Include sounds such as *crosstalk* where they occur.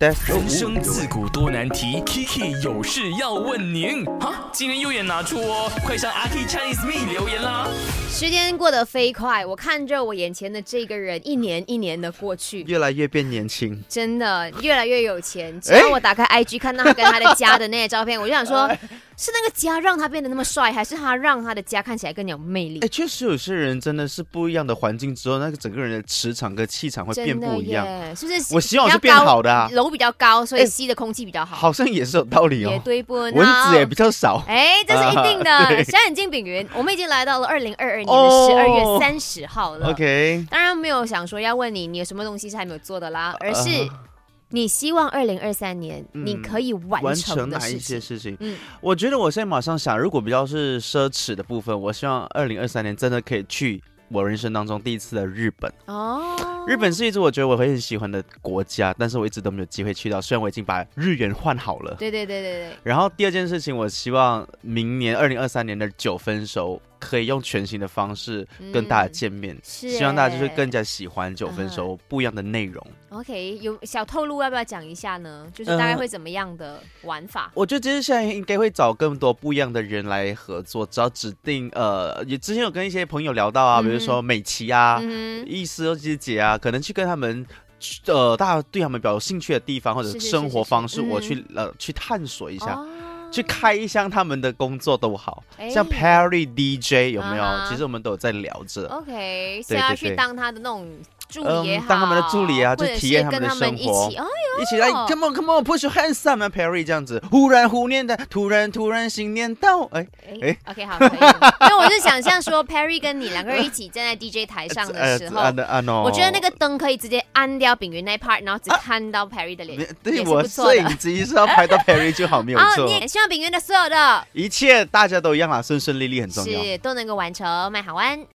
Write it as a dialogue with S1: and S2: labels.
S1: 人
S2: 人生自古多难题，Kiki 有事要问您。哈，今天右眼拿出哦，快上阿 K Chinese Me 留言啦。
S3: 时间过得飞快，我看着我眼前的这个人一年一年的
S1: *laughs*
S3: 过去，
S1: 越来越变年轻。
S3: 真的越来越有钱。
S1: 哎
S3: 只要我打开 IG 看到他跟他的家的那些照片，我就
S1: *laughs*
S3: 想说，是那个家让他变得那么帅，还是他让他的家看起来更有魅力
S1: 哎，？确实有些人真的是不一样的环境之后，那个整个人的磁场跟气场会变
S3: 真的
S1: 不一样。
S3: 耶，是不是？
S1: 我希望我是变好的啊
S3: 楼比较高，所以
S1: 哎
S3: 吸的空气比较好。
S1: 好像也是有道理
S3: 也
S1: 哦，
S3: 对不呢？
S1: 蚊子也比较少。
S3: 哎，这是一定
S1: 啊 *laughs*
S3: 的。
S1: 对
S3: 小眼睛饼云，我们已经来到了二零二二年的
S1: 哦
S3: 十二月三十号了。
S1: OK，
S3: 当然没有想说要问你你有什么东西是还没有做的啦，而是
S1: 呃
S3: 你希望二零二三年
S1: 嗯
S3: 你可以完
S1: 完
S3: 成
S1: 成
S3: 的
S1: 哪
S3: 事
S1: 一些
S3: 情。
S1: 事情？
S3: 嗯
S1: 我觉得我现在马上想，如果比较是奢侈的部分，我希望二零二三年真的可以去我人生当中第一次的日本。嗯
S3: 哦，
S1: 日本是一直我觉得我会很喜欢的国家，但是我一直都没有机会去到，虽然我已经把日元换好了。
S3: 对对对对
S1: 然后第二件事情，我希望明年二零二三年的九分熟可以用全新的方式
S3: 对，
S1: 跟大家
S3: 嗯
S1: 见面，
S3: 是
S1: 希望大家就是
S3: 欸
S1: 更加喜欢九分熟不一样的内容。
S3: OK，有小透露要不要讲一下呢？就是大概
S1: 呃
S3: 会怎么样的玩法？
S1: 我觉得接下来应该会找更多不一样的人来合作，只要指定呃，也之前有跟一些朋友聊到啊，
S3: 嗯
S1: 比如说美琪啊、
S3: 嗯
S1: 易思姐姐啊，可能去跟他们。呃，大家对他们比较有兴趣的地方或者
S3: 是是嗯
S1: 生活方式，
S3: 是是是
S1: 我去呃去探索一
S3: 哼，
S1: 下，
S3: 哦
S1: 去开一箱他们的工作都好，
S3: 哎
S1: 像 Perry DJ 有没有？
S3: 啊哈哦
S1: 其实我们都有在聊着。
S3: OK，是
S1: 对
S3: 要
S1: 对
S3: 去
S1: 对
S3: 当他的那种助
S1: 嗯
S3: 理也好，
S1: 当他们的助理啊
S3: 或者
S1: 去体
S3: 是
S1: 验他
S3: 跟
S1: 们的
S3: 他们
S1: 生
S3: 一
S1: 活
S3: 起哦，
S1: 一起来，Come on，Come on，Put your hands up 啊，Perry 这样子，忽然忽念的，突然突然新年到，哎，
S3: 哎
S1: 哎
S3: ，OK，好，可以 *laughs* 了。因为我是想象说 Perry 跟你两个人一起站在 DJ 台哎上的时候，
S1: 啊啊 no，
S3: 我觉得那个灯可以直接按掉炳云那一 part，然后只看到 Perry 的脸
S1: 没，
S3: 也
S1: 啊对
S3: 是
S1: 我
S3: 不
S1: 摄
S3: 错的。
S1: 影机是要拍到 Perry 就
S3: *laughs*
S1: 好，没有
S3: 然后
S1: 错
S3: 你，也希望炳云的所有的
S1: 一切大家都一样啦，顺顺利利很重要。
S3: 是都能够完成，麦好安。